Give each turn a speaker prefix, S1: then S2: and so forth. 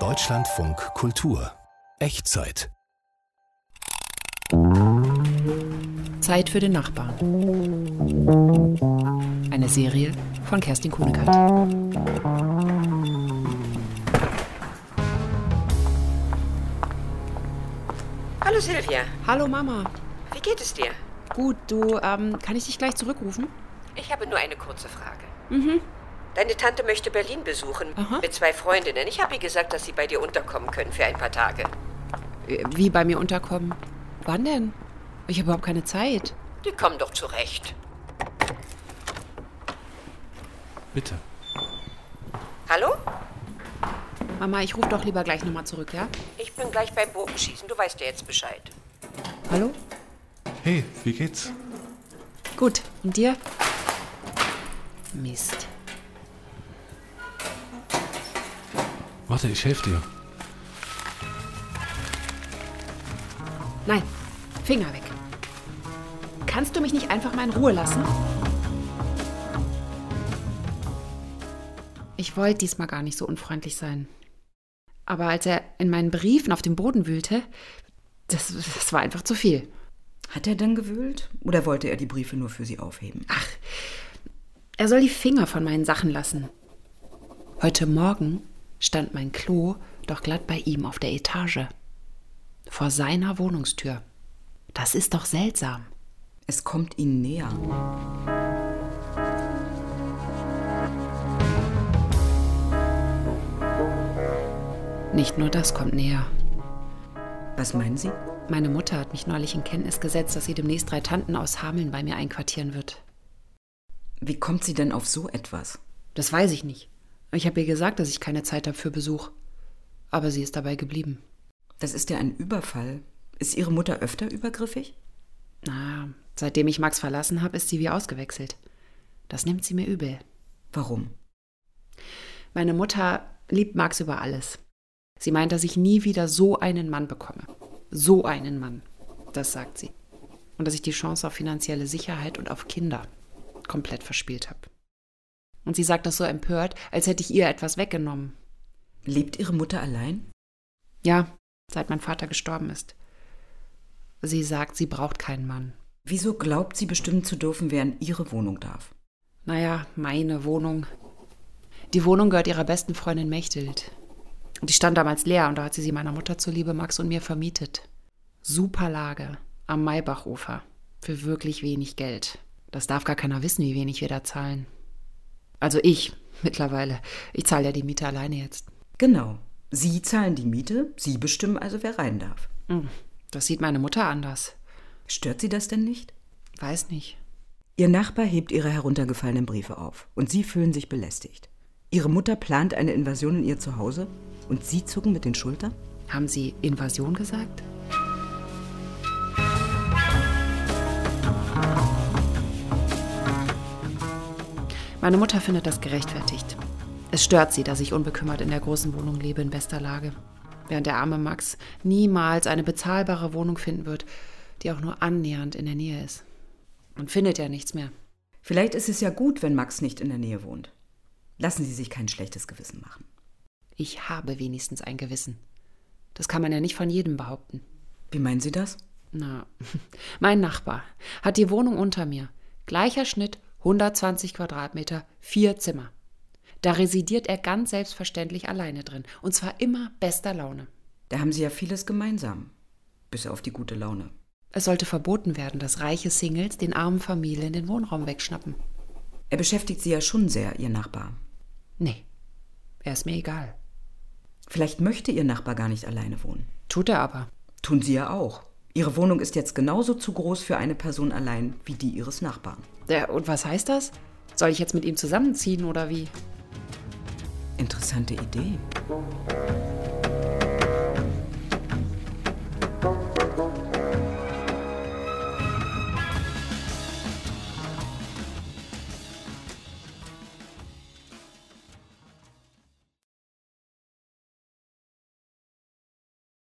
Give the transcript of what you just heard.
S1: Deutschlandfunk Kultur. Echtzeit.
S2: Zeit für den Nachbarn. Eine Serie von Kerstin Kuhnekart.
S3: Hallo Silvia,
S2: Hallo Mama.
S3: wie geht es dir?
S2: Gut, du, ähm, kann ich dich gleich zurückrufen?
S3: Ich habe nur eine kurze Frage.
S4: Mhm.
S3: Deine Tante möchte Berlin besuchen
S2: Aha.
S3: mit zwei Freundinnen. Ich habe ihr gesagt, dass sie bei dir unterkommen können für ein paar Tage.
S2: Äh, Wie bei mir unterkommen? Wann denn? Ich habe überhaupt keine Zeit.
S3: Die kommen doch zurecht.
S5: Bitte.
S3: Hallo?
S2: Mama, ich rufe doch lieber gleich nochmal zurück, ja?
S3: Ich bin gleich beim Bogenschießen. Du weißt ja jetzt Bescheid.
S2: Hallo?
S5: Hey, wie geht's?
S2: Gut, und dir? Mist.
S5: Warte, ich helfe dir.
S2: Nein, Finger weg. Kannst du mich nicht einfach mal in Ruhe lassen? Ich wollte diesmal gar nicht so unfreundlich sein. Aber als er in meinen Briefen auf dem Boden wühlte, das, das war einfach zu viel.
S4: Hat er denn gewühlt? Oder wollte er die Briefe nur für sie aufheben? Ach,
S2: Er soll die Finger von meinen Sachen lassen. Heute Morgen stand mein Klo doch glatt bei ihm auf der Etage. Vor seiner Wohnungstür. Das ist doch seltsam.
S4: es kommt ihnen näher.
S2: Nicht nur das kommt näher.
S4: Was meinen Sie?
S2: Meine Mutter hat mich neulich in Kenntnis gesetzt, dass sie demnächst drei Tanten aus Hameln bei mir einquartieren wird.
S4: Wie kommt sie denn auf so etwas?
S2: Das weiß ich nicht. Ich habe ihr gesagt, dass ich keine Zeit habe für Besuch. Aber sie ist dabei geblieben.
S4: Das ist ja ein Überfall. Ist Ihre Mutter öfter übergriffig?
S2: Na, seitdem ich Max verlassen habe, ist sie wie ausgewechselt. Das nimmt sie mir übel.
S4: Warum?
S2: Meine Mutter liebt Max über alles. Sie meint, dass ich nie wieder so einen Mann bekomme. So einen Mann. Das sagt sie. Und dass ich die Chance auf finanzielle Sicherheit und auf Kinder komplett verspielt habe. Und sie sagt das so empört, als hätte ich ihr etwas weggenommen.
S4: Lebt Ihre Mutter allein?
S2: Ja, seit mein Vater gestorben ist. Sie sagt, sie braucht keinen Mann.
S4: Wieso glaubt sie bestimmen zu dürfen, wer in Ihre Wohnung darf?
S2: Naja, meine Wohnung. Die Wohnung gehört ihrer besten Freundin Mechthild. Und Die stand damals leer und da hat sie sie meiner Mutter zuliebe, Max und mir vermietet. Super Lage am Maybachufer. Für wirklich wenig Geld. Das darf gar keiner wissen, wie wenig wir da zahlen. Also ich mittlerweile. Ich zahle ja die Miete alleine jetzt.
S4: Genau. Sie zahlen die Miete, Sie bestimmen also, wer rein darf.
S2: Hm, Das sieht meine Mutter anders.
S4: Stört Sie das denn nicht?
S2: Weiß nicht.
S4: Ihr Nachbar hebt Ihre heruntergefallenen Briefe auf und Sie fühlen sich belästigt. Ihre Mutter plant eine Invasion in Ihr Zuhause und Sie zucken mit den Schultern?
S2: Haben Sie Invasion gesagt? Meine Mutter findet das gerechtfertigt. Es stört sie, dass ich unbekümmert in der großen Wohnung lebe in bester Lage. Während der arme Max niemals eine bezahlbare Wohnung finden wird, die auch nur annähernd in der Nähe ist. Und findet ja nichts mehr.
S4: Vielleicht ist es ja gut, wenn Max nicht in der Nähe wohnt. Lassen Sie sich kein schlechtes Gewissen machen.
S2: Ich habe wenigstens ein Gewissen. Das kann man ja nicht von jedem behaupten.
S4: Wie meinen Sie das?
S2: Na, mein Nachbar hat die Wohnung unter mir. Gleicher Schnitt, 120 Quadratmeter, vier Zimmer. Da residiert er ganz selbstverständlich alleine drin. Und zwar immer bester Laune.
S4: Da haben Sie ja vieles gemeinsam. Bis auf die gute Laune.
S2: Es sollte verboten werden, dass reiche Singles den armen Familien den Wohnraum wegschnappen.
S4: Er beschäftigt Sie ja schon sehr, Ihr Nachbar.
S2: Nee, er ist mir egal.
S4: Vielleicht möchte Ihr Nachbar gar nicht alleine wohnen.
S2: Tut er aber.
S4: Tun Sie ja auch. Ihre Wohnung ist jetzt genauso zu groß für eine Person allein wie die Ihres Nachbarn.
S2: Ja, und was heißt das? Soll ich jetzt mit ihm zusammenziehen oder wie?
S4: Interessante Idee.